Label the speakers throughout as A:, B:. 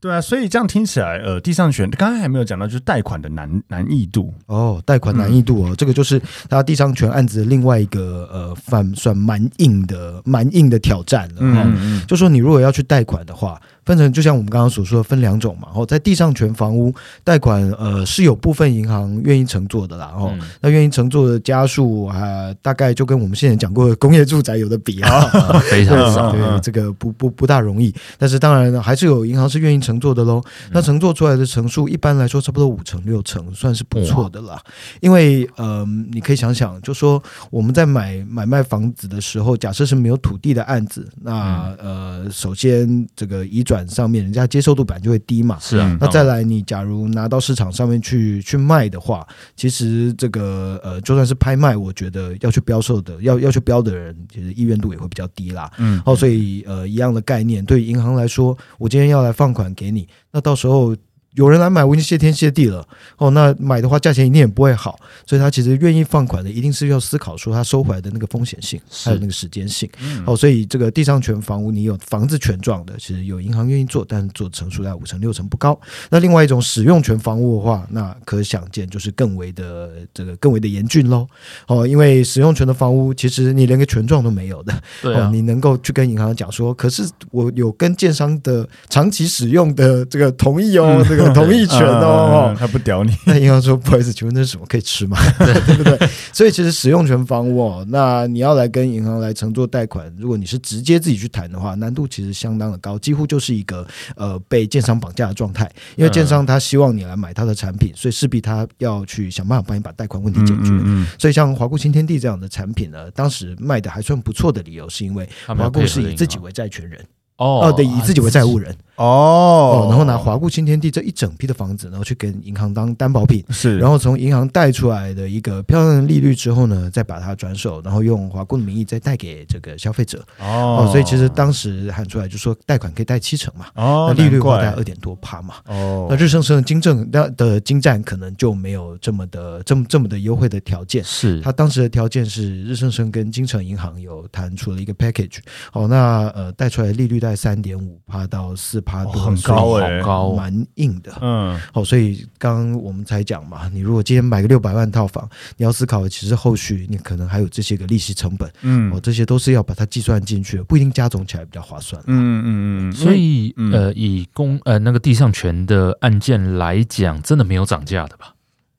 A: 对啊，所以这样听起来，呃，地上权刚才还没有讲到，就是贷款的难难易度。
B: 哦，贷款难易度哦，这个就是他地商权案子另外一个呃，反算蛮硬的、蛮硬的挑战了。嗯，
A: 嗯
B: 就说你如果要去贷款的话，分成就像我们刚刚所说的分两种嘛。哦，在地上权房屋贷款，呃，是有部分银行愿意乘坐的啦。哦，那愿意乘坐的家数啊、大概就跟我们现在讲过的工业住宅有的比啊。
C: 呃非常
A: 嗯
C: 少。
B: 对，这个不不不大容易，但是当然呢，还是有银行是愿意乘坐的喽。
A: 嗯
B: 那乘坐出来的乘数，一般来说差不多五成六成，算是
A: 嗯
B: 不错的啦。因为嗯、呃你可以想想，就说我们在买买卖房子的时候，假设是没有土地的案子，那、
A: 嗯
B: 呃，首先这个移转上面，人家接受度本来就会低嘛。
C: 是啊，
A: 嗯
B: 那再来，你假如拿到市场上面去去卖的话，其实这个呃，就算是拍卖，我觉得要去标售的，要要去标的人，其实意愿度也会比较低啦。
A: 嗯，
B: 哦，所以呃，一样的概念，对于银行来说，我今天要来放款给你，那到时候有人来买，我已经谢天谢地了。哦，那买的话价钱一定也不会好，所以他其实愿意放款的，一定是要思考说他收回来的那个风险性，还有那个时间性。
A: 嗯
B: 哦，所以这个地上权房屋，你有房子权状的，其实有银行愿意做，但做成数在五成六成不高。那另外一种使用权房屋的话，那可想见就是更为的这个更为的严峻喽。哦，因为使用权的房屋，其实你连个权状都没有的。
C: 对
B: 哦
C: 啊，，
B: 你能够去跟银行讲说，可是我有跟建商的长期使用的这个同意哦，这个同意权哦。
A: 嗯他不屌你。
B: 那银行说不好意思，请问这是什么可 以吃吗？对不对？ 所以其实使用权房屋哦，那你要来跟银行来乘坐贷款，如果你是直接自己去谈的话，难度其实相当的高，几乎就是一个呃被建商绑架的状态，
A: 嗯
B: 因为建商他希望你来买他的产品，所以势必他要去想办法帮你把贷款问题解决。
A: 嗯
B: 所以像华固新天地这样的产品呢，当时卖的还算不错的理由，是因为
C: 他们
B: 华
C: 要
B: 固
C: 配合
B: 是
C: 银
B: 以
C: 行
B: 自己为债权人，
C: 哦
B: 哦，对，以自己为债务人
A: 哦
B: 哦，然后拿华固新天地这一整批的房子，然后去跟银行当担保品，
A: 是，
B: 然后从银行贷出来的一个漂亮的利率之后呢，再把它转手，然后用华固的名义再贷给这个消费者
A: 哦
B: 哦，所以其实当时喊出来就说贷款可以贷七成嘛，
A: 哦
B: 那利率会贷
A: 难怪
B: 二点多趴嘛，那
A: 哦，
B: 日升生的金正那的金站可能就没有这么的这么这么的优惠的条件。
C: 是
B: 他当时的条件是日盛生跟金城银行有谈出了一个 package，哦，那呃带出来的利率在三点五趴到四趴多、
A: 哦很高
B: 所以
A: 欸
C: 好高哦
B: 蛮硬的。
A: 嗯，
B: 哦，所以刚刚我们才讲嘛，你如果今天买个六百万套房，你要思考的其实后续你可能还有这些个利息成本，
A: 嗯
B: 哦，这些都是要把它计算进去的，不一定加总起来比较划算。
A: 嗯嗯嗯，
C: 所以
A: 嗯
C: 呃，以公呃那个地上权的案件来讲，真的没有涨价的吧？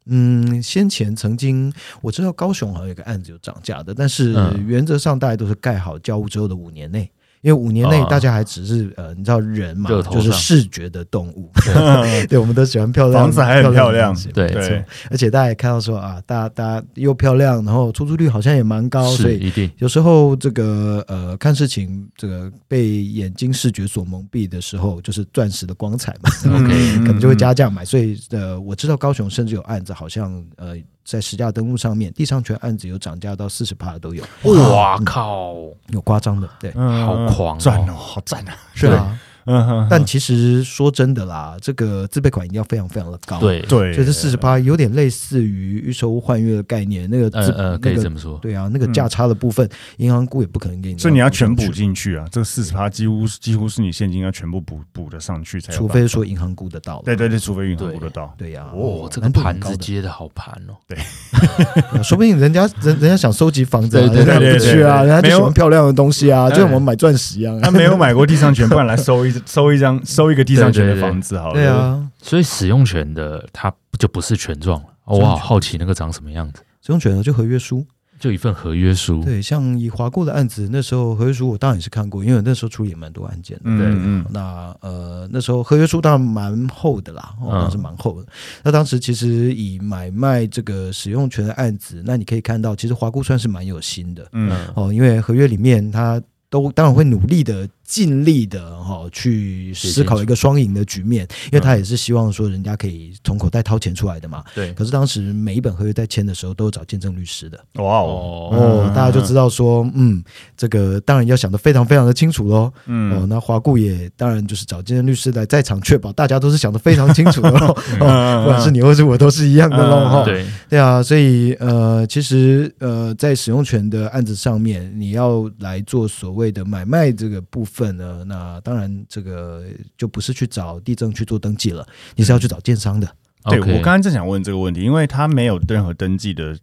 B: 嗯，先前曾经我知道高雄好像有个案子有涨价的，但是
C: 嗯
B: 原则上大家都是盖好交屋之后的五年内。因为五年内
C: 啊
B: 大家还只是、呃，你知道人嘛，
C: 热头
B: 就是
C: 上
B: 视觉的动 物，
A: 嗯
B: 对，我们都喜欢漂亮，
A: 房子还很漂
B: 的
A: 亮
B: 东西，
C: 对
B: 没错
A: 对，
B: 而且大家也看到说啊，大家大家又漂亮，然后出租率好像也蛮高，哦所
C: 是
B: 以
C: 一定
B: 有时候这个呃看事情，这个被眼睛视觉所蒙蔽的时候，就是钻石的光彩嘛，
A: 嗯
C: OK，
B: 可能就会加价买。所以呃，我知道高雄甚至有案子，好像呃在实价登录上面，地上权案子有涨价到四十趴都有，
C: 哇
B: 嗯
C: 靠，
B: 有夸张的，对。
A: 嗯
C: 好狂哦
A: 赚哦，好赚啊，
B: 是啊，
A: 嗯哼，
B: 但其实说真的啦，这个自备款一定要非常非常的高，，
C: 对，
A: 对，
B: 所以这四十八有点类似于预售屋换约的概念，那个
C: 呃
B: 自
C: 呃，可
B: 那
C: 以
B: 个
C: 这么说，嗯
B: 对啊，那个价差的部分，银行估也不可能给你，
A: 所以你要全补，进去啊，这四十趴几乎几乎是你现金要全部补补的上去才有
B: 除
A: 办法，
B: 非说银行估得到了。
A: 对对对，除非银行
C: 对
A: 补得到，
B: 对呀、
C: 哦，这个
B: 难度很
C: 盘
B: 高
C: 子
B: 的
C: 接的好盘哦，
B: 说不定人家人人家想收集房子、啊，
C: 对对对
B: 人家不
A: 对对
B: 去啊，
A: 对
B: 人家就
A: 没有
B: 喜欢漂亮的东西啊，
A: 哎
B: 就像我们买钻石一样、啊
A: 他没有买过地上权，不然来收一收一张收一个地上权的房子好了，
B: 对，啊，
C: 所以使用权的它就不是权状了。
B: 使
C: 哦我
B: 用
C: 好
B: 权
C: 好奇那个长什么样子，
B: 使用权呢就合约书。
C: 就一份合约书。
B: 对，像以华固的案子，那时候合约书我当然也是看过，因为我那时候处理也蛮多案件的。
C: 对
A: 嗯嗯
B: 那呃，那时候合约书当然蛮厚的啦，哦，
C: 嗯
B: 当时蛮厚的。那当时其实以买卖这个使用权的案子，那你可以看到，其实华固算是蛮有心的
A: 嗯
B: 哦，因为合约里面它都当然会努力的尽力的哈、哦、去
C: 写
B: 思考
C: 清
B: 一
C: 楚
B: 个双赢的局面，因为他
A: 嗯
B: 也是希望说人家可以从口袋掏钱出来的嘛。
C: 对，
B: 可是当时每一本合约在签的时候都有找见证律师的
A: 哇哦，
C: 哦，
B: 哦，大家就知道说，嗯，这个当然要想得非常非常的清楚喽。哦，
A: 嗯，
B: 那华固也当然就是找见证律师来在场确保大家都是想得非常清楚的喽，
C: 嗯
B: 哦，不管是你或是我都是一样的喽。
A: 嗯
B: 哈、
C: 对，
B: 对啊，所以呃，其实呃，在使用权的案子上面，你要来做所谓的买卖这个部分呢，那当然这个就不是去找地政去做登记了，你是要去找建商的。
A: 对
C: OK，
A: 我刚刚正想问这个问题，因为他没有任何登记的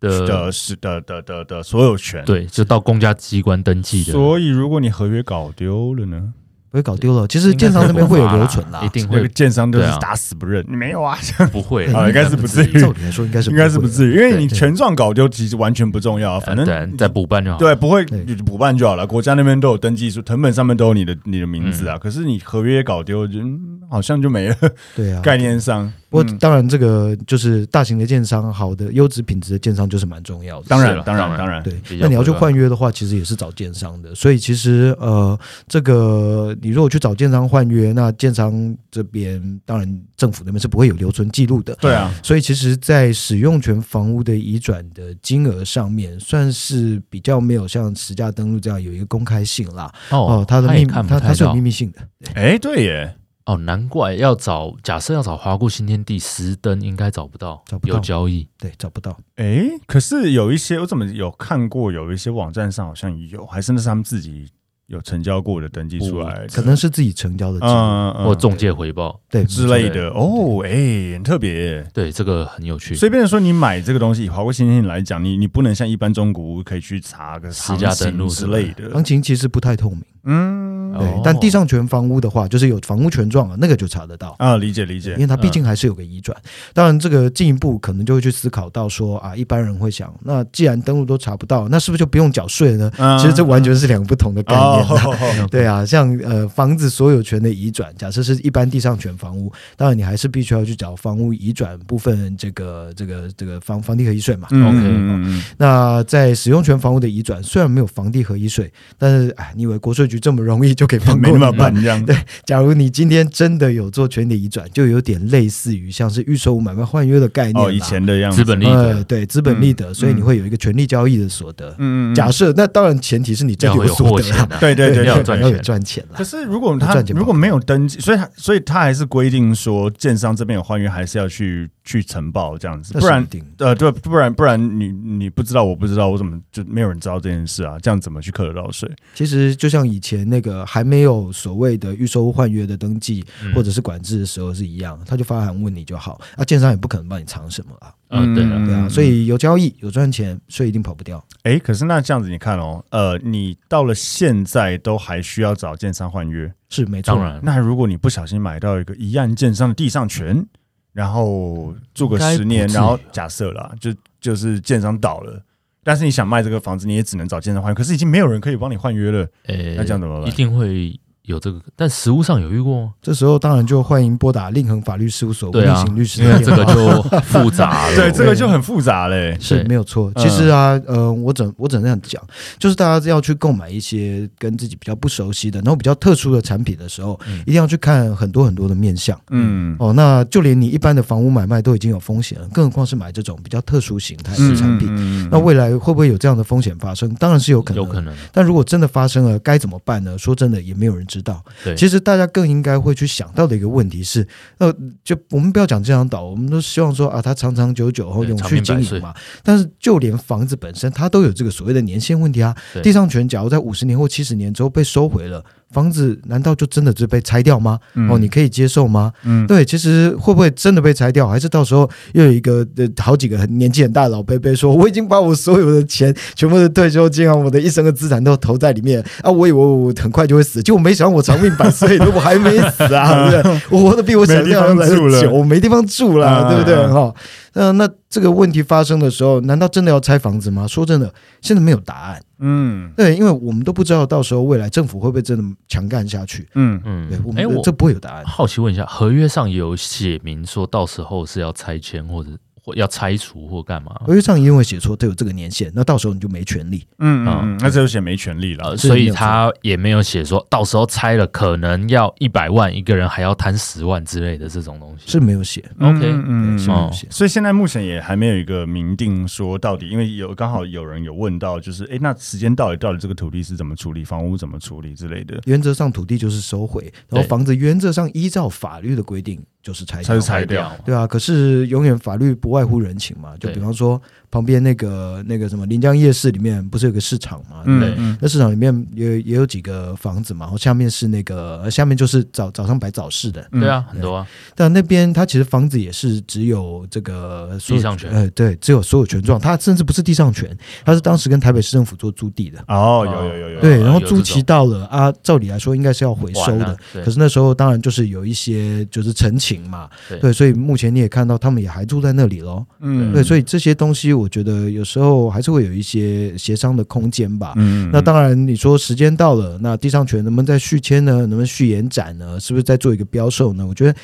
C: 的
A: 的是的的的的所有权，，
C: 对，就到公家机关登记的，
A: 所以如果你合约搞丢了呢，
B: 不会搞丢了，其实建商那边会有留存啦
C: 一，定
A: 那
C: 会
A: 个建商就是
C: 对啊
A: 打死不认，你没有啊，
C: 不会
A: 啊
C: 啦？
A: 应该是不至于
B: 照理来说应该是
A: 应该是不
B: 于。
A: 至于，因为
C: 对啊
A: 你权状搞丢其实完全不重要，反正
C: 对，再补办就好。
A: 对，不会
B: 对
A: 你就补办就好了。国家那边都有登记书，藤本上面都有你的你的名字
C: 嗯
A: 啊。可是你合约搞丢，就嗯好像就没了。
B: 对啊，
A: 概念上，
B: 不过
A: 嗯
B: 当然这个就是大型的建商，好的优质品质的建商就是蛮重要的。
A: 当然
C: 是啦啊
A: 当
C: 当
A: 然
C: 然
A: 当然，
B: 对
C: 哎比，较
B: 那你要
C: 不
B: 去
C: 会
B: 换约的话，其实也是找建商的，所以其实呃，这个你如果去找建商换约，那建商这边当然政府那边是不会有留存记录的，
A: 对啊，
B: 所以其实，在使用权房屋的移转的金额上面，算是比较没有像实价登录这样有一个公开性啦。哦，它的
C: 他
B: 秘
C: 也
B: 密，
C: 看不
B: 它它
C: 太
B: 是有
C: 到
B: 秘密性的，
A: 哎，对耶，
C: 哦，难怪要找，假设要找华固新天地十灯，应该找不到，
B: 找不到
C: 有交易
B: 对，找不到。
A: 哎，可是有一些我怎么有看过，有一些网站上好像有，还是那是他们自己有成交过的登记出来的，
B: 可能是自己成交的记录，
A: 嗯嗯
C: 或中介回报。
B: 对
A: 之类的哦，哎，很特别耶。
C: 对，这个很有趣。
A: 所以，变成说你买这个东西，以华贵新天来讲，你你不能像一般中古屋可以去查个
C: 实价
A: 行情
C: 登录
A: 之
C: 是吧
A: 类的
B: 行，情其实不太透明。
A: 嗯，
B: 对，
C: 哦
B: 但地上权房屋的话，就是有房屋权状啊，那个就查得到。
A: 啊，理解理解
B: 因，为它毕竟还是有个移转。当然，这个进一步可能就会去思考到说啊，一般人会想，那既然登录都查不到，那是不是就不用缴税了呢？
A: 嗯
B: 其实这完全是两个不同的概念啊。
A: 哦，
B: 对啊，像呃房子所有权的移转，假设是一般地上权房屋，当然你还是必须要去缴房屋移转部分这个这个这个房房地合一税嘛。
A: 嗯
C: OK
A: 嗯嗯
B: 那在使用权房屋的移转，虽然没有房地合一税，但是哎，你以为国税局这么容易就可以放
A: 嗯，没
B: 过
A: 那么
B: 你
A: 办？
B: 吗
A: 这样，
B: 假如你今天真的有做权利移转，就有点类似于像是预售物买卖换约的概念啦
A: 哦，以前的样子，
C: 资本利
B: 呃
C: 得，
B: 对资本利得，
A: 嗯
B: 所以你会有一个权利交易的所得。
A: 嗯嗯，嗯
B: 假设那当然前提是你真
C: 要
B: 的
C: 有
B: 所
C: 货
B: 得
C: 钱
B: 啦，
C: 啊，
A: 对对对
C: 要
A: 对
C: 有
A: 对。
C: 赚
B: 要有
C: 钱，
B: 赚钱啦
A: 可。是如果他
B: 赚钱吧
A: 如果没有登记，所以他所以他还是规定说，建商这边有换约还是要去去呈报这样子，
B: 那
A: 不
B: 是一
A: 然
B: 定
A: 呃对，不然不然你你不知道，我不知道，我怎么就没有人知道这件事啊？这样怎么去课得到税？
B: 其实就像以前那个还没有所谓的预售物换约的登记
C: 嗯
B: 或者是管制的时候是一样，他就发函问你就好，啊，建商也不可能帮你藏什么啊，
C: 嗯，对
A: 嗯
C: 了，
B: 对啊，所以有交易有赚钱，税一定跑不掉。
A: 哎，可是那这样子你看哦，呃，你到了现在都还需要找建商换约，
B: 是没错，
C: 当然
A: 那如果你不小心买到一个一案建商的地上权，然后住个十
C: 应该
A: 年，
C: 不至于
A: 然后假设啦，就就是建商倒了，但是你想卖这个房子，你也只能找建商换，可是已经没有人可以帮你换约了，
C: 诶，
A: 那这样怎么办
C: 一定会有这个，但实物上有遇过吗？
B: 这时候当然就欢迎拨打令恒法律事务所
C: 对
B: 魏
C: 啊
B: 行律，师
C: 因
B: 的
C: 为
B: 电
C: 这
B: 话。
C: 个就复杂了。
A: 对，这个就很复杂嘞。
B: 是
C: 对
B: 没有错。
A: 嗯
B: 其实啊，呃，我怎我怎这样讲，就是大家要去购买一些跟自己比较不熟悉的，然后比较特殊的产品的时候，
C: 嗯
B: 一定要去看很多很多的面相。
A: 嗯，
B: 哦，那就连你一般的房屋买卖都已经有风险了，更何况是买这种比较特殊形态
C: 嗯
B: 的产品。
A: 品
B: 那未来会不会有这样的风险发生？当然是有可能。
C: 有可能，
B: 但如果真的发生了，该怎么办呢？说真的，也没有人知道。
C: 对
B: 其实大家更应该会去想到的一个问题是，呃，就我们不要讲这张岛，我们都希望说啊，它长长久久，然后
C: 对
B: 永
C: 长
B: 续
C: 命百
B: 经营
C: 岁
B: 嘛。但是就连房子本身，它都有这个所谓的年限问题啊。
C: 对
B: 地上权假如在五十年或七十年之后被收回了，房子难道就真的就被拆掉吗？
C: 嗯
B: 哦，你可以接受吗？
A: 嗯
B: 对，其实会不会真的被裁掉，还是到时候又有一个呃好几个很年纪很大的老伯伯说，我已经把我所有的钱、全部的退休金啊，我的一生的资产都投在里面啊，我以为我很快就会死，结果没想到我长命百岁，我还没死 啊，对不对？我活得比我想象的
A: 没
B: 来
A: 地方住
B: 的
A: 了
B: 久，我没地方住了，
A: 啊
B: 对不 对？哈、那那这个问题发生的时候，难道真的要拆房子吗？说真的，现在没有答案。
A: 嗯
B: 对，因为我们都不知道到时候未来政府会不会真的强干下去。
A: 嗯，
C: 嗯
B: 对，我，们、
C: 哎，我
B: 这不会有答案。
C: 好奇问一下，合约上有写明说到时候是要拆迁或者或要拆除或干嘛，
B: 合约上一定会写说它有这个年限，那到时候你就没权利。
A: 嗯嗯
C: 啊
A: 嗯，那这有写没权利了。
C: 呃，
B: 是
C: 所
B: 没
C: 以
B: 有错
C: 他也没有写说到时候拆了可能要一百万，一个人还要摊十万之类的这种东西。
B: 是没有写，
A: 嗯
C: OK，
A: 嗯
B: 对是没有
C: 哦
B: 写。
A: 所以现在目前也还没有一个明定说到底，因为有刚好有人有问到，就是诶，那时间到底到底这个土地是怎么处理，房屋怎么处理之类的，
B: 原则上土地就是收回，然后
C: 对
B: 房子原则上依照法律的规定就是拆
A: 才
B: 掉
A: 是。拆掉。
B: 对啊，可是永远法律不外乎人情嘛。就
C: 对
B: 比方说旁边那个那个什么临江夜市里面不是有个市场嘛？
A: 嗯
C: 对
A: 嗯
B: 那市场里面也也有几个房子嘛，然后下面是那个呃下面就是早早上摆早市的，
A: 嗯
C: 对啊，很多啊，
B: 但那边它其实房子也是只有这个所有
C: 地上权
B: 呃，对，只有所有权状，它甚至不是地上权，它是当时跟台北市政府做租地的，
A: 哦，有有有有，
B: 对，
C: 啊
B: 然后
C: 有这
B: 租期
C: 种
B: 到了啊，照理来说应该是要回收
C: 完
B: 的
C: 了，。对
B: 可是那时候当然就是有一些就是陈情嘛，
C: 对
B: 对，所以目前你也看到他们也还住在那里喽，
A: 嗯
B: 对，所以这些东西我觉得有时候还是会有一些协商的空间吧。
A: 嗯，
B: 那当然，你说时间到了，那地上权能不能再续签呢？能不能续延展呢？是不是再做一个标售呢？我觉得，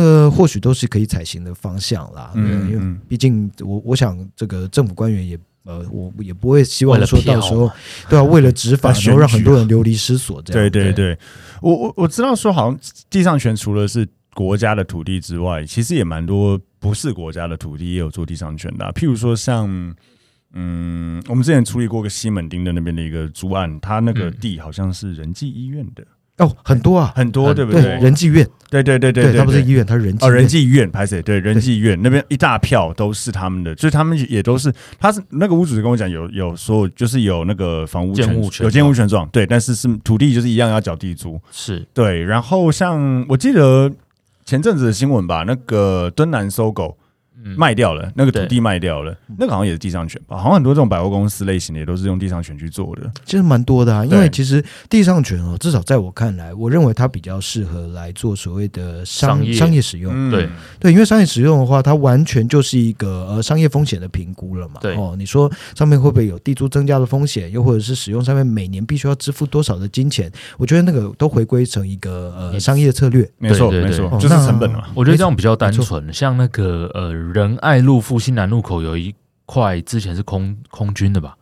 B: 呃，或许都是可以采行的方向啦。对，
A: 嗯
B: 因为
A: 嗯
B: 毕竟我我想这个政府官员也。呃，我也不会希望
C: 为了
B: 说到
C: 票
B: 时候，对啊，为了执法，
A: 啊 选
B: 然后让很
A: 举
B: 多
A: 啊
B: 人流离失所这
A: 对
B: 样。
A: 对对，我我我知道说，好像地上权除了是国家的土地之外，其实也蛮多不是国家的土地也有做地上权的啊、譬如说像。嗯，我们之前处理过个西门町的那边的一个租案，它那个
C: 嗯
A: 地好像是仁济医院的，
B: 哦，很多啊，
A: 很多
C: 很
A: 对不
B: 对
A: 对？
B: 人济院，
A: 对对对对，
B: 它不是
A: 对
B: 医院，它是人
A: 哦，
B: 济院。
A: 人济医院排谁？对，人济医院那边一大票都是他们的，就是他们也都是，他是那个屋主跟我讲有有说就是有那个房屋
C: 建
A: 权
C: 物权
A: 有
C: 状
A: 建物权状，对，但是是土地就是一样要缴地租，
C: 是
A: 对，然后像我记得嗯前阵子的新闻吧，那个敦南搜狗
C: 嗯
A: 卖掉了，那个土
C: 对
A: 地卖掉了，那个好像也是地上权吧，好像很多这种百货公司类型的也都是用地上权去做的。
B: 其实蛮多的啊，因
A: 对
B: 为其实地上权哦，至少在我看来，我认为它比较适合来做所谓的商
C: 商业
B: 商业使用。
A: 嗯
C: 对
B: 对，因为商业使用的话，它完全就是一个呃商业风险的评估了嘛。
C: 对
B: 哦，你说上面会不会有地租增加的风险，又或者是使用上面每年必须要支付多少的金钱？我觉得那个都回归成一个呃
C: 嗯
B: 商业策略。
A: 没错
C: 对对
A: 没
C: 对
A: 错
B: 哦，
A: 就是成本嘛。
B: 那
C: 我觉得这样比较单
B: 没
C: 纯，像那个呃仁爱路复兴南路口有一块之前是空空军的吧，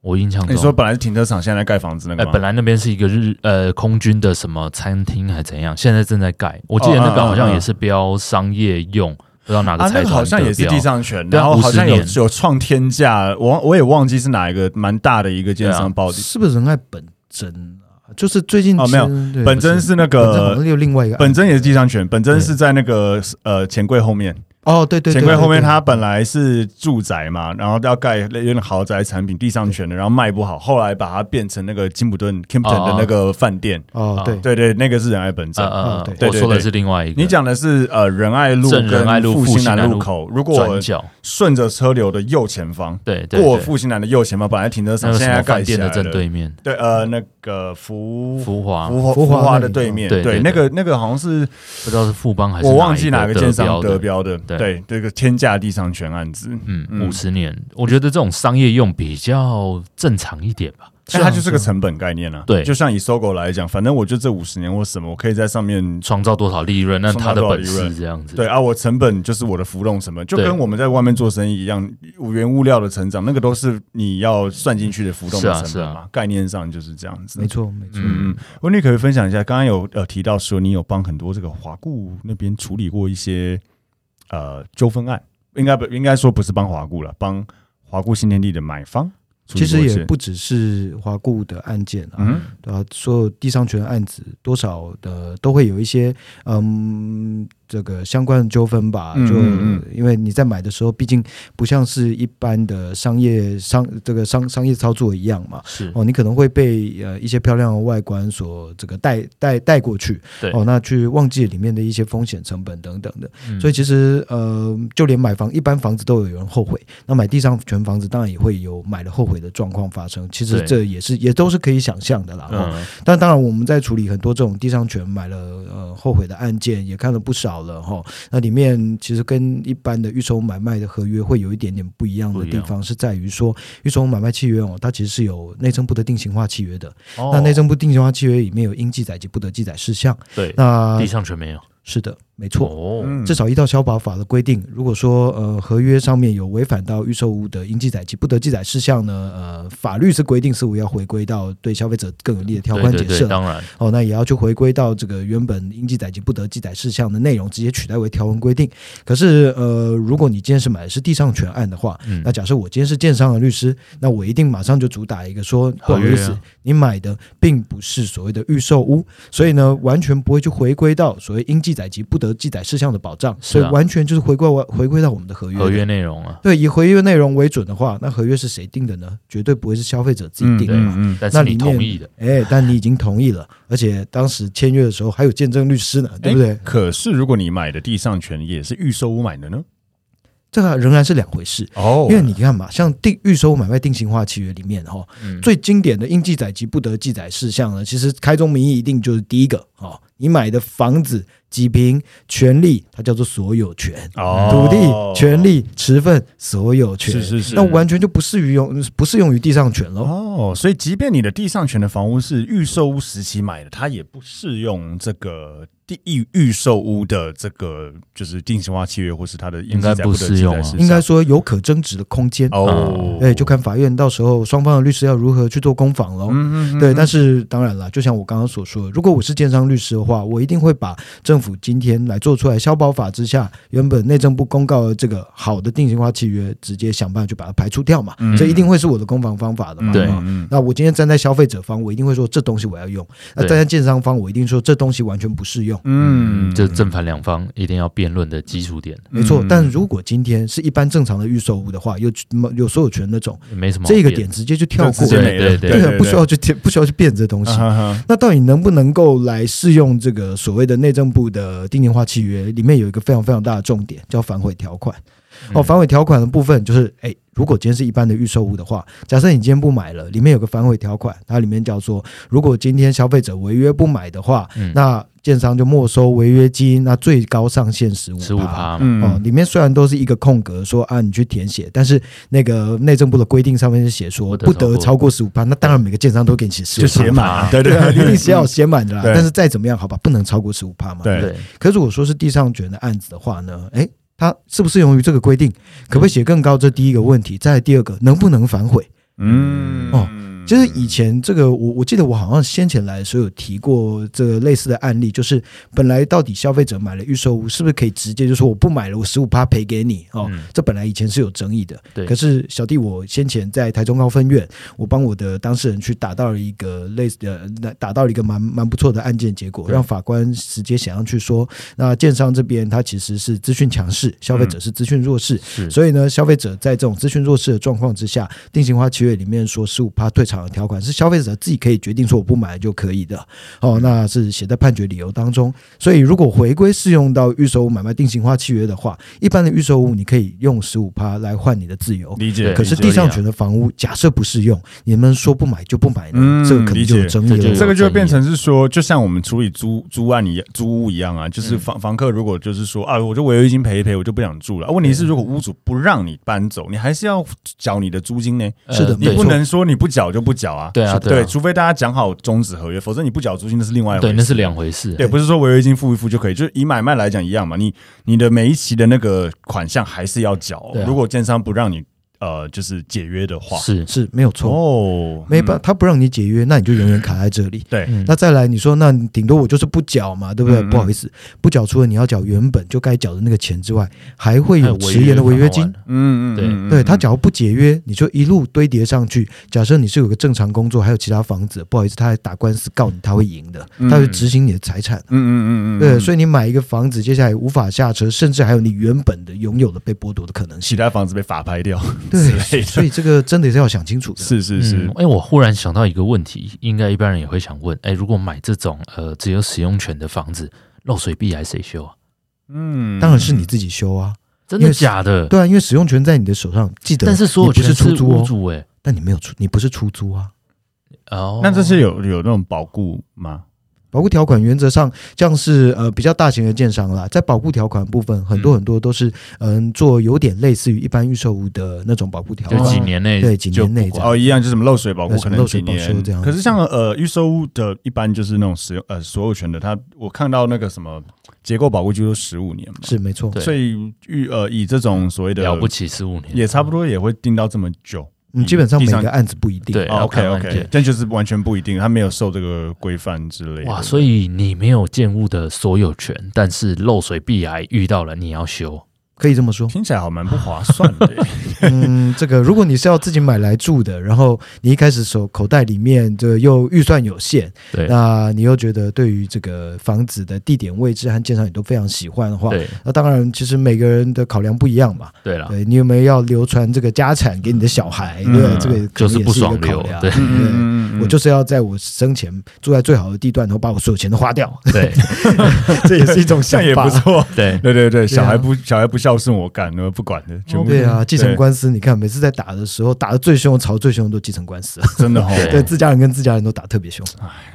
C: 我印象中
A: 你说本来是停车场，现在在盖房子那个
C: 呃
A: 吗？
C: 本来那边是一个日呃空军的什么餐厅还怎样，现在正在盖，我记得
A: 哦
C: 那个
A: 嗯
C: 好
A: 嗯
C: 像
A: 嗯
C: 也是标商业用，不知道哪个
A: 啊，那
C: 财团
A: 个好像
C: 得
A: 也是
C: 标
A: 地上权，
C: 对啊
A: 然后好像有
C: 50年
A: 有创天价，我忘我也忘记是哪一个蛮大的一个建
C: 啊
A: 商报的。
B: 是不是仁爱本真啊？就是最近
A: 哦没有
B: 是对
A: 本真是那
B: 本真好
A: 个
B: 像有另外一个案
A: 本真也是地上权，本真是在那个呃钱柜后面，
B: 哦，对对对
A: 钱
B: 对
A: 柜后
B: 对
A: 面它本来是住宅嘛，然后要盖有点豪宅产品，地上权的，然后卖不好，后来把它变成那个金普顿
C: 哦
A: Kimpton 的那个饭店，
B: 哦对
A: 啊对对，那个是仁爱本真
C: 呃。呃
B: 啊对
C: 呃，我
A: 嗯对对
C: 说的
A: 对
C: 是另外一个，
A: 你讲的是呃仁爱路
C: 正仁爱
A: 跟
C: 路
A: 复
C: 复
A: 兴
C: 兴
A: 南
C: 南
A: 路
C: 路
A: 口，如
C: 转
A: 果
C: 角，
A: 顺着车流的右前方，
C: 对对
A: 过
C: 对，
A: 复兴南的右前方，本来停车
C: 那
A: 场
C: 个
A: 现
C: 什
A: 在
C: 么
A: 盖
C: 饭
A: 起
C: 店
A: 来
C: 的
A: 了。
C: 正对面，
A: 对，呃，那个福
C: 福华
A: 福华
B: 福
A: 福
B: 华
A: 华
B: 那
A: 的
B: 里
A: 对面，
C: 对
A: 对，
C: 对
A: 那个那个好像是
C: 不知道是富邦还是
A: 我忘记哪
C: 哪
A: 个
C: 一
A: 建
C: 标
A: 商
C: 的
A: 得标的，
C: 对
A: 对，这个天价地上权案子，嗯
C: 嗯，五十年，我觉得这种商业用比较正常一点吧。
A: 但它就是个
B: 是啊
A: 成本概念啊。
C: 对
A: 就像以搜狗来讲，反正我就这五十年或什么，我可以在上面。
C: 创造多少利润，那他的本
A: 创造多少利
C: 事
A: 润
C: 这样子。
A: 对啊，我成本就是我的浮动成本，就
C: 对
A: 跟我们在外面做生意一样，原物料的成长，那个都是你要算进去的浮动的
C: 是啊
A: 成本嘛。
C: 是
A: 概念上就是这样子。
B: 没错没错。
A: 嗯，嗯，温妮可不可以分享一下，刚刚有呃提到说你有帮很多这个华固那边处理过一些呃纠纷案，应该不应该说不是帮华固了，帮华固新天地的买方处理
B: 其
A: 过
B: 实
A: 一些。
B: 也不只是华固的案件啊，
A: 嗯
B: 对啊，所有地上权案子多少的都会有一些嗯这个相关的纠纷吧，
A: 嗯
B: 就
A: 嗯
B: 因为你在买的时候，毕竟不像是一般的商业商这个商商业操作一样嘛。
C: 是
B: 哦，你可能会被呃一些漂亮的外观所这个带带带过去，
C: 对
B: 哦，那去忘记里面的一些风险成本等等的，
C: 嗯
B: 所以其实呃，就连买房一般房子都有人后悔，那买地上权房子当然也会有买了后悔的状况发生。其实
C: 对
B: 这也是也都是可以想象的啦。哦，
C: 嗯，
B: 但当然我们在处理很多这种地上权买了呃后悔的案件，也看了不少了哈、哦。那里面其实跟一般的预售买卖的合约会有一点点不一样的
C: 不一
B: 地
C: 样
B: 方，是在于说预售买卖契约哦，它其实是有内政部的定型化契约的。
C: 哦
B: 那内政部定型化契约里面有应记载及不得记载事项。
C: 对
B: 那
C: 地上权没有，
B: 是的，没错。
C: 哦，
A: 嗯
B: 至少依照消保法的规定，如果说呃合约上面有违反到预售屋的应记载及不得记载事项呢，呃，法律是规定似乎要回归到对消费者更有利的条
C: 对
B: 款
C: 嗯对
B: 解
C: 对，
B: 释了
C: 当然，
B: 哦，那也要去回归到这个原本应记载及不得记载事项的内容，直接取代为条文规定。可是呃，如果你今天是买的是地上权案的话，
C: 嗯
B: 那，假设我今天是建商的律师，那我一定马上就主打一个说，不好
C: 合约
B: 意
C: 啊
B: 思，你买的并不是所谓的预售屋，所以呢，完全不会去回归到所谓应记载及不得记载事项的保障，
C: 是
B: 所
C: 啊
B: 以完全就是回归回归到我们的合约。
C: 合约内容啊，
B: 对，以合约内容为准的话，那合约是谁定的呢？绝对不会是消费者自己定的嘛。
A: 嗯
C: 但是
B: 那里
C: 你
B: 面
C: 同意的，
B: 哎，但你已经同意了，而且当时签约的时候还有见证律师呢，
A: 哎
B: 对不对？
A: 可是如果你买的地上权也是预售屋买的呢？
B: 这个仍然是两回事，
A: 哦
B: 因为你看嘛，像定预售买卖定型化契约里面哈、哦，
C: 嗯，
B: 最经典的应记载及不得记载事项呢，其实开宗明义一定就是第一个哦，你买的房子几平权利，它叫做所有权，
A: 哦
B: 土地权利持份所有权，
A: 是是是，
B: 那完全就不适于用不适用于地上权喽。
A: 哦，所以即便你的地上权的房屋是预售屋时期买的，它也不适用这个地预预售屋的这个就是定型化契约，或是它的应
C: 应该
A: 记载不
C: 不
A: 得
C: 适
A: 记
C: 用
A: 载
C: 啊
A: 事项
B: 应该说有可争执的空间，
A: 哦，
B: 哎对，就看法院到时候双方的律师要如何去做攻防喽。
A: 嗯嗯嗯
B: 对，但是当然了，就像我刚刚所说的，如果我是建商律师的话，我一定会把政府今天来做出来消保法之下原本内政部公告的这个好的定型化契约，直接想办法去把它排除掉嘛，
A: 嗯
B: 这一定会是我的攻防方法的嘛。
A: 嗯
C: 对
B: 哦
A: 嗯
B: 那我今天站在消费者方，我一定会说这东西我要用；那
C: 对
B: 站在建商方，我一定说这东西完全不适用。
A: 嗯，
C: 这正反两方一定要辩论的基础点，
B: 没错
A: 嗯，
B: 但如果今天是一般正常的预售物的话，有有所有权那种，
C: 没什么
B: 嗯
C: 好
B: 这个
C: 辩
B: 点直接就跳
A: 就
B: 过
A: 直，接
C: 对
A: 没了
C: 对嗯
B: 对啊，嗯不需要去贴不需要去变这东西
A: 啊。哈哈
B: 那到底能不能够来适用这个所谓的内政部的定型化契约？里面有一个非常非常大的重点，叫反悔条款。哦，
C: 嗯
B: 反悔条款的部分就是，哎，如果今天是一般的预售物的话，假设你今天不买了，里面有个反悔条款，它里面叫做，如果今天消费者违约不买的话，
C: 嗯
B: 那建商就没收违约金，那最高上限十五
C: 十五趴嘛，
A: 嗯
B: 哦，里面虽然都是一个空格，说啊你去填写，但是那个内政部的规定上面是写说
C: 不
B: 不
C: 得超过
B: 得超过十五趴，那当然每个建商都给你写十
A: 就
B: 五
A: 写
B: 趴
A: 满
B: 嘛，
A: 啊，对
B: 对啊，
A: 对，
B: 一定是要写满的啦。
A: 对
B: 但是再怎么样，好吧，不能超过十五趴嘛。
A: 对
C: 对，嗯
B: 可如果说是地上权的案子的话呢，诶，它适不适用于这个规定？可不可以写更高？这第一个问题。再来第二个，能不能反悔？
A: 嗯
B: 哦，就是以前这个，我我记得我好像先前来的时候有提过这个类似的案例，就是本来到底消费者买了预售屋，是不是可以直接就说我不买了，我十五趴赔给你哦？
C: 嗯
B: 这本来以前是有争议的，
C: 对
B: 可是小弟我先前在台中高分院，我帮我的当事人去打到了一个类似的，呃打到了一个蛮蛮不错的案件结果，
C: 对
B: 让法官直接想要去说，那建商这边他其实是资讯强势，消费
C: 嗯
B: 者是资讯弱势，
C: 是，
B: 所以呢，消费者在这种资讯弱势的状况之下，定型化契约里面说十五趴退场的条款是消费者自己可以决定说我不买就可以的。哦，那是写在判决理由当中。所以如果回归适用到预售物买卖定型化契约的话，一般的预售物你可以用十五趴来换你的自由。
A: 理解，
C: 对
B: 可是
A: 理解
B: 地上权的房屋，假设不适用，你们说不买就不买呢？
A: 嗯
B: 这个肯定就有
A: 理解
B: 争议
C: 这就有
A: 这
B: 了。
A: 个就会变成是说，就像我们处理租租案一租屋一样啊，
C: 嗯
A: 就是房、房客如果就是说啊，我就违约金赔一赔，我就不想住了。啊问题是，如果屋主不让你搬走，你还是要缴你的租金呢。
C: 呃
B: 是的
A: 你
C: 对
A: 不能说你不缴就不缴啊。
C: 对啊
A: 是
C: 对啊
A: 对，除非大家讲好终止合约，否则你不缴租金那是另外一回事。
C: 对，那是两回事，
A: 对，不是说违约金付一付就可以，就是以买卖来讲一样嘛。你你的每一期的那个款项还是要缴哦、
C: 对啊
A: 如果建商不让你呃就是解约的话，
C: 是，
B: 是没有错，
A: 哦，
B: 没办
A: 嗯
B: 他不让你解约，那你就永远卡在这里。
A: 对，
C: 嗯
B: 那再来，你说那你顶多我就是不缴嘛，对不对？
A: 嗯嗯
B: 不好意思，不缴除了你要缴原本就该缴的那个钱之外，还会
C: 哎
B: 有迟延的违约金。
A: 嗯嗯，
C: 对
A: 嗯
B: 对他，假如不解约，你就一路堆叠上去。假设你是有个正常工作，还有其他房子，不好意思，他还打官司告你，他会赢的，
A: 嗯
B: 他会执行你的财产。
A: 嗯嗯嗯嗯嗯，
B: 对，所
A: 以
B: 以你买一个房子，接下来无法下车，甚至还有你原本的拥有的被剥夺的可能
A: 其
B: 性。
A: 他房子被法拍掉，之类
B: 对，
A: 的
B: 所以这个真的是要想清楚的。
A: 是是
C: 嗯
A: 是，，
C: 哎，我忽然想到一个问题，应该一般人也会想问，哎，如果买这种呃只有使用权的房子，漏水壁还谁修啊？
A: 嗯，
B: 当然是你自己修啊，
C: 真
B: 因
C: 的
B: 为是
C: 假的？
B: 对啊，因为使用权在你的手上，记得。
C: 但是所有
B: 你
C: 权
B: 不是出租
C: 屋
B: 哦，
C: 主哎，
B: 但你没有出，你不是出租啊。
C: 哦，
A: 那这是有有那种保固吗？
B: 保护条款原则上像是呃比较大型的建商啦，在保护条款部分，很多很多都是嗯、做有点类似于一般预售屋的那种保护条
C: 就
B: 款，
C: 几年内
B: 对几
C: 就
B: 年内
C: 不
B: 这
C: 管
B: 样。
A: 哦，一样，就是什么漏水保护，
B: 对
A: 可
B: 什么
A: 能
B: 漏
A: 几
B: 水保修
A: 年
B: 这样
A: 可是像呃预售屋的，一般就是那种使用呃所有权的，它我看到那个什么结构保护居都十五年嘛，
B: 是没错，
C: 对
A: 所以预呃以这种所谓的
C: 了不起十五年，
A: 也差不多也会定到这么久。
B: 嗯，基本上
A: 第
B: 每
A: 三
B: 个案子不一定。
C: 对
A: 哦
C: 要
A: OK
C: 看案
A: OK，
C: 件
A: 但就是完全不一定，他没有受这个规范之类的。
C: 哇，所以你没有建物的所有权，但是漏水必癌遇到了，你要修。
B: 可以这么 说。
A: 听起来好蛮不划算的耶。
B: 嗯，这个如果你是要自己买来住的，然后你一开始手口袋里面这个又预算有限，
C: 对
B: 那你又觉得对于这个房子的地点位置和建商你都非常喜欢的话，
C: 对
B: 那当然其实每个人的考量不一样嘛。
C: 对了，
B: 对你有没有要流传这个家产给你的小孩？
A: 嗯
B: 对，这个可
C: 就是
B: 能也
C: 不
B: 是一个
C: 爽
B: 考
C: 流
B: 量。
C: 对
A: 嗯
B: 我就是要在我生前住在最好的地段，然后把我所有钱都花掉，
C: 对
B: 这也是一种
A: 这
B: 想
A: 样也
B: 法
A: 不。错。
C: 对
A: 对对对，
B: 对啊
A: 小孩不小孩不孝顺我干，我不管的，全部
B: 对啊，继承
A: 对
B: 官司，你看每次在打的时候，打的最凶、吵最凶的都继承官司，
A: 真的哈，哦
C: 对
B: 对自家人跟自家人都打特别凶。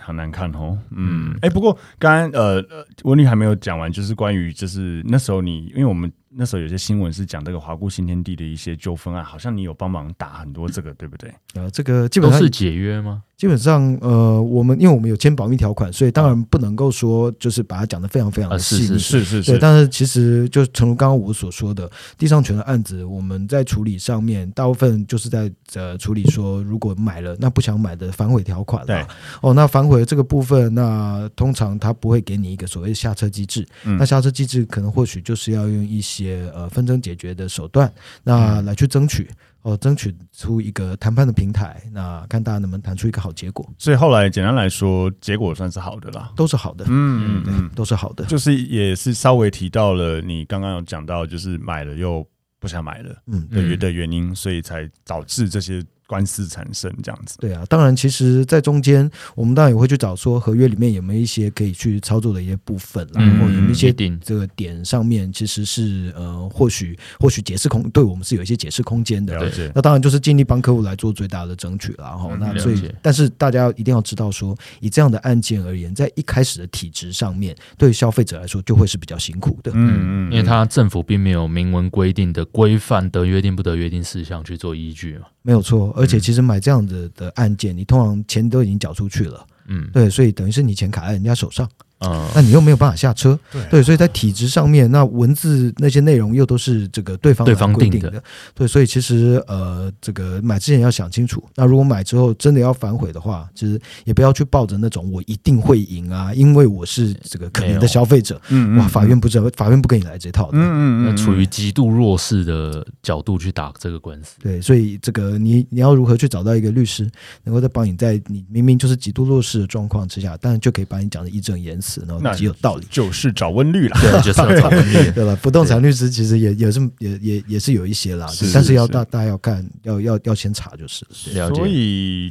A: 很难看哦。嗯，哎，不过刚刚呃，呃文女还没有讲完，就是关于就是那时候你，因为我们那时候有些新闻是讲这个华固新天地的一些纠纷案，啊好像你有帮忙打很多这个，对不对？
B: 啊，这个基本
C: 都
B: 上
C: 是解约吗？
B: 基本上呃，我们因为我们有签保密条款，所以当然不能够说就是把它讲的非常非常的
C: 啊
B: 细
C: 是
B: 腻。
C: 是
A: 是是
B: 对，
A: 是，
B: 但是其实就诚如刚刚我所说的，地上权的案子，我们在处理上面，大部分就是在呃处理说，如果买了，那不想买的反悔条款
A: 对
B: 啦。哦，那反悔这个部分，那通常他不会给你一个所谓下车机制。
A: 嗯
B: 那下车机制可能或许就是要用一些呃纷争解决的手段，
A: 嗯
B: 那来去争取。哦，争取出一个谈判的平台，那看大家能不能谈出一个好结果，
A: 所以后来简单来说，结果算是好的啦。
B: 都是好的，
A: 嗯嗯
B: 对
A: 嗯，，
B: 都是好的，
A: 就是也是稍微提到了你刚刚有讲到，就是买了又不想买了
B: 嗯，
A: 的原
C: 嗯
A: 的原因，所以才导致这些官司产生这样子。
B: 对啊，当然，其实，在中间，我们当然也会去找说合约里面有没有一些可以去操作的一些部分啦，
A: 嗯
B: 嗯然后有没有一
C: 嗯一
B: 些
C: 定
B: 这个点上面其实是呃，或许或许解释空对我们是有一些解释空间的。
A: 了解，
B: 那当然就是尽力帮客户来做最大的争取啦。然后
A: 嗯
B: 那
A: 了
B: 所以
C: 解，
B: 但是大家一定要知道说，以这样的案件而言，在一开始的体制上面，对消费者来说就会是比较辛苦的。
A: 嗯嗯，
C: 因为它政府并没有明文规定的规范得约定不得约定事项去做依据嘛。
B: 没有错，而且
C: 嗯
B: 其实买这样子的案件，你通常钱都已经缴出去了，
C: 嗯，
B: 对，所以等于是你钱卡在人家手上。
C: 嗯，
B: 那你又没有办法下车，
A: 对
B: 所以在体制上面，那文字那些内容又都是这个对方
C: 对方
B: 来规
C: 定
B: 定
C: 的
B: 的，对，所以其实呃，这个买之前要想清楚，那如果买之后真的要反悔的话，其实也不要去抱着那种我一定会赢啊，因为我是这个可
C: 没
B: 怜
C: 有
B: 的消费者，
A: 嗯
B: 哇，法院不准，法院不跟你来这套的。
A: 嗯嗯
C: 那
A: 嗯，
C: 处于极度弱势的角度去打这个官司，
B: 对，所以这个你你要如何去找到一个律师，能够在帮你在你明明就是极度弱势的状况之下，但就可以把你讲的义正言辞，然
A: 那
B: 后极有道理。
A: 就是找温律啦。
C: 对，就是要找问 题。
B: 对了，不动产律师其实也也是也也也是有一些啦，
A: 是
B: 但是要
A: 是
B: 大大家要看，要要要先查就是。
C: 了解
A: 所以，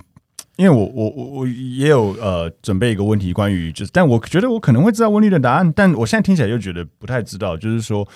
A: 因为我我我我也有呃准备一个问题，关于就是，但我觉得我可能会知道温律的答案，但我现在听起来又觉得不太知道，就是说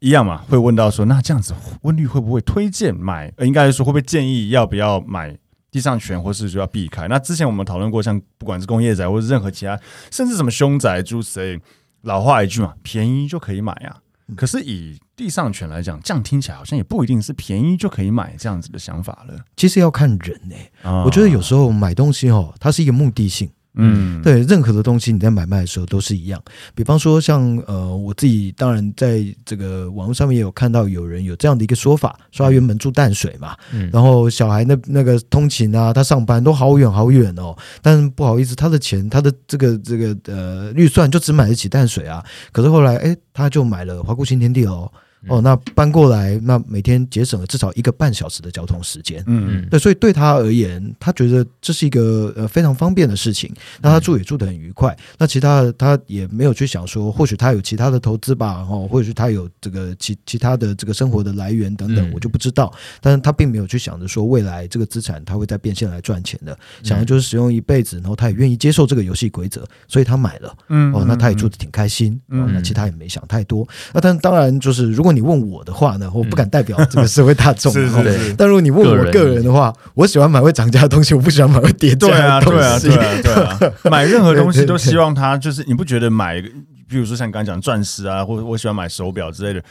A: 一样嘛，会问到说，那这样子温律会不会推荐买？呃，应该是说会不会建议要不要买？地上权，或是就要避开。那之前我们讨论过，像不管是工业宅，或是任何其他，甚至什么凶宅、诸此类，老话一句嘛，便宜就可以买啊。
C: 嗯
A: 可是以地上权来讲，这样听起来好像也不一定是便宜就可以买这样子的想法了。
B: 其实要看人呢、
A: 啊
B: 我觉得有时候买东西哦，它是一个目的性。
A: 嗯，
B: 对任何的东西，你在买卖的时候都是一样。比方说像呃，我自己当然在这个网络上面也有看到有人有这样的一个说法，说他原本住淡水嘛，
C: 嗯，
B: 然后小孩那那个通勤啊，他上班都好远好远哦。但不好意思，他的钱，他的这个这个呃预算就只买得起淡水啊。可是后来，哎，他就买了华固新天地哦。哦，那搬过来，那每天节省了至少一个半小时的交通时间。
A: 嗯
B: 对，所以对他而言，他觉得这是一个呃非常方便的事情。那他住也住得很愉快。那其他的他也没有去想说，或许他有其他的投资吧，然后或许他有这个其其他的这个生活的来源等等
C: 嗯，
B: 我就不知道。但是他并没有去想着说未来这个资产他会在变现来赚钱的，
A: 嗯
B: 想的就是使用一辈子，然后他也愿意接受这个游戏规则，所以他买了。
A: 嗯
B: 哦，那他也住得挺开心，哦
A: 嗯，
B: 那其他也没想太多。那但当然就是，如果你问我的话呢，我不敢代表这个社会大 众，
A: 嗯是
B: 哦
A: 是是，
B: 但如果你问
C: 个
B: 我
C: 人
B: 个人的话，我喜欢买会涨价的东西，我不喜欢买会跌价
A: 对啊
B: 的东
A: 对 啊
B: 西。
A: 对啊对啊，买任何东西都希望它就是，你不觉得买，比如说像刚刚讲钻石啊，或者我喜欢买手表之类的，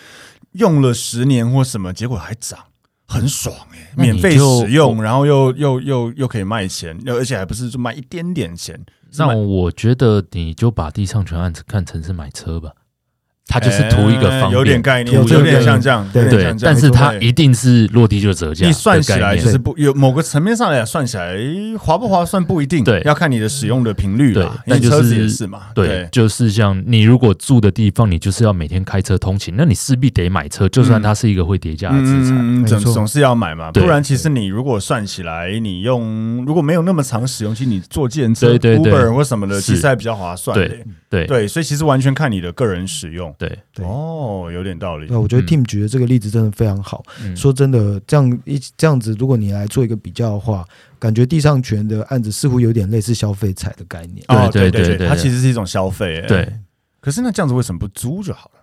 A: 用了十年或什么，结果还涨。很爽哎、
C: 那你
A: 免费
C: 就
A: 使用，然后又又又又可以卖钱，而且还不是就卖一点点钱，
C: 那我觉得你就把地上权案子看成是买车吧。它就是图一个方
A: 哎
C: 便，
A: 有点概念，
B: 图一个
A: 有点像这样，
B: 对
A: 有点
C: 对
A: 像，这样
C: 但是它
A: 没错
C: 一定是落地就折价，
A: 你算起来
C: 是
A: 是不有某个层面上来算起来划不划算不一定，
C: 对
A: 要看你的使用的频率啦。
C: 对
A: 因为
C: 那就
A: 车
C: 是
A: 子也是嘛，
C: 对，，就是像你如果住的地方，你就是要每天开车通勤，那你势必得买车，就算它是一个会叠价的资产。
A: 嗯，
B: 没
A: 总
B: 错
A: 总是要买嘛，
C: 对
A: 不然其实你如果算起来，你用如果没有那么长使用期，你坐电车、
C: 对对对
A: Uber 或什么的，
C: 是
A: 其实还比较划算
C: 对
A: 嘞。
C: 对
A: 对，所以其实完全看你的个人使用。
C: 对，
B: 对
A: 哦，有点道理
B: 那。我觉得
C: 嗯
B: Team 举的这个例子真的非常好。
C: 嗯
B: 说真的，这样一这样子，如果你来做一个比较的话，感觉地上权的案子似乎有点类似消费财的概念。
A: 哦，
C: 对对
A: 对
C: 对对
A: 它
C: 对
A: 其实是一种消费。欸
C: 对，
A: 可是那这样子为什么不租就好了？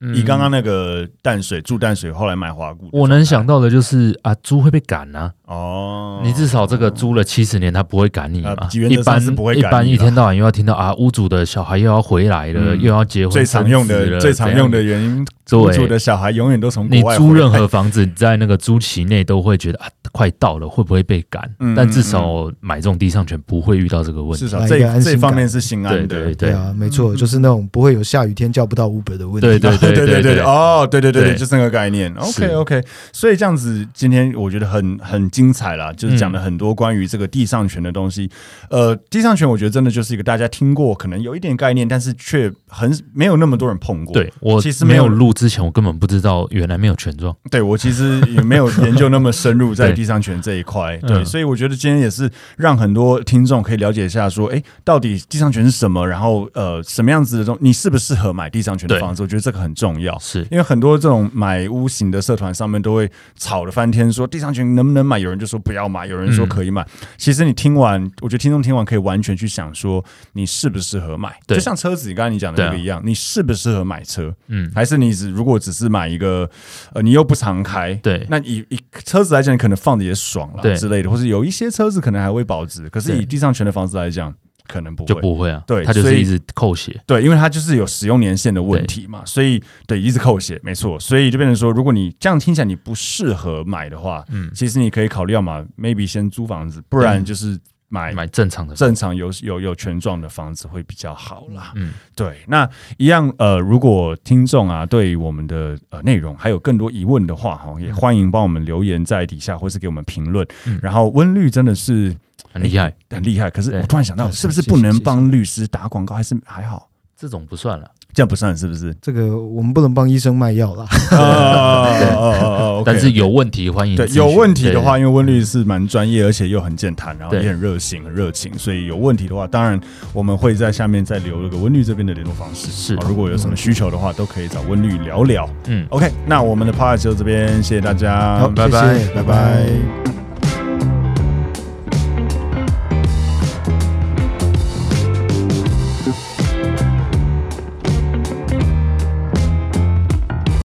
C: 嗯
A: 以刚刚那个淡水住淡水，后来买华固的状态，
C: 我能想到的就是啊，租会被赶啊，
A: 哦，
C: 你至少这个租了七十年，他不会赶你嘛
A: 啊？原
C: 一
A: 则上
C: 般
A: 是不会
C: 一
A: 赶
C: 般
A: 你
C: 一
A: 啦
C: 天到晚又要听到啊，屋主的小孩又要回来了，
A: 嗯
C: 又要结婚，
A: 最常用
C: 生子
A: 的
C: 了
A: 最常用的
C: 怎样
A: 原因，屋主的
C: 对。
A: 小孩永远都从国
C: 你
A: 外
C: 租
A: 回来
C: 任何房子，你在那个租期内都会觉得啊，快到了，会不会被赶？
A: 嗯
C: 但至少买这种地上权不会遇到这个问
A: 至
C: 题。
A: 少
B: 来一个
A: 啊这
B: 安心
A: 这
B: 感
A: 方面是心安
C: 对
A: 的
B: 对
C: 对。对
B: 啊，没错，
A: 嗯
B: 就是那种不会有下雨天叫不到 Uber 的问题。
C: 对对
A: 对对对
C: 对
A: 对，哦，对对对对，
C: 对
A: 就是那个概念。
C: 是
A: OK OK，所以这样子，今天我觉得很很精彩啦，就是讲了很多关于这个地上权的东西。呃，地上权我觉得真的就是一个大家听过，可能有一点概念，但是却很没有那么多人碰过。
C: 对我
A: 其实没
C: 没
A: 有嗯
C: 有录之前，我根本不知道原来没有权状。
A: 对我其实也没有研究那么深入在
C: 对
A: 地上权这一块，
C: 嗯
A: 对，所以我觉得今天也是让很多听众可以了解一下说，诶，到底地上权是什么，然后呃，什么样子的东，你适不适合买地上权的
C: 对
A: 房子？我觉得这个很重要。
C: 是
A: 因为很多这种买屋型的社团上面都会吵得翻天，说地上权能不能买？有人就说不要买，有人说可以买。
C: 嗯
A: 其实你听完，我觉得听众听完可以完全去想说你适不适合买，
C: 对
A: 就像车子，你刚才你讲的那个
C: 对啊
A: 一样，你适不适合买车？
C: 嗯，
A: 还是你只如果只是买一个，呃，你又不常开，
C: 对
A: 那以以车子来讲，你可能放的也爽了
C: 对
A: 之类的，或是有一些车子可能还会保值，可是以
C: 对
A: 地上权的房子来讲，可能不会。
C: 就不会啊。
A: 对
C: 他就
A: 所
C: 是
A: 以
C: 一直扣血。
A: 对，因为它就是有使用年限的问题嘛，所以对一直扣血，没错，所以就变成说，如果你这样听起来你不适合买的话，
C: 嗯，
A: 其实你可以考虑要么 maybe 先租房子，不然
C: 嗯
A: 就是买
C: 买正常的。
A: 正常有有有权状的房子会比较好啦。
C: 嗯，
A: 对，那一样呃，如果听众啊对于我们的呃内容还有更多疑问的话，哈，也欢迎帮我们留言在底下，或是给我们评论。
C: 嗯
A: 然后温律真的是哎
C: 很厉害，
A: 很厉害，可是
C: 对
A: 我突然想到，
B: 是
A: 是不是
B: 是
A: 不
B: 是
A: 能
B: 是
A: 帮律师打广告，还是还好？
C: 这种不算了。
A: 这样不算是不是？
B: 这个我们不能帮医生卖药啦。
A: 哦哦哦哦
C: 但是有问题欢迎
A: 对
C: 咨询。
A: 有问题的话，
C: 对，
A: 因为温律是蛮专业，而且又很健谈，然后
C: 对
A: 也很热心、很热情，所以有问题的话，当然我们会在下面再留一个温律这边的联络方式。
C: 是
A: 好如果有什么需求的话，都可以找温律聊聊。
C: 嗯。
A: OK，那我们的 p a r t 就到这边，谢谢大家
B: 好，
A: 拜
B: 谢
A: 拜
B: 谢，
A: 拜
B: 拜
A: 拜
B: 拜。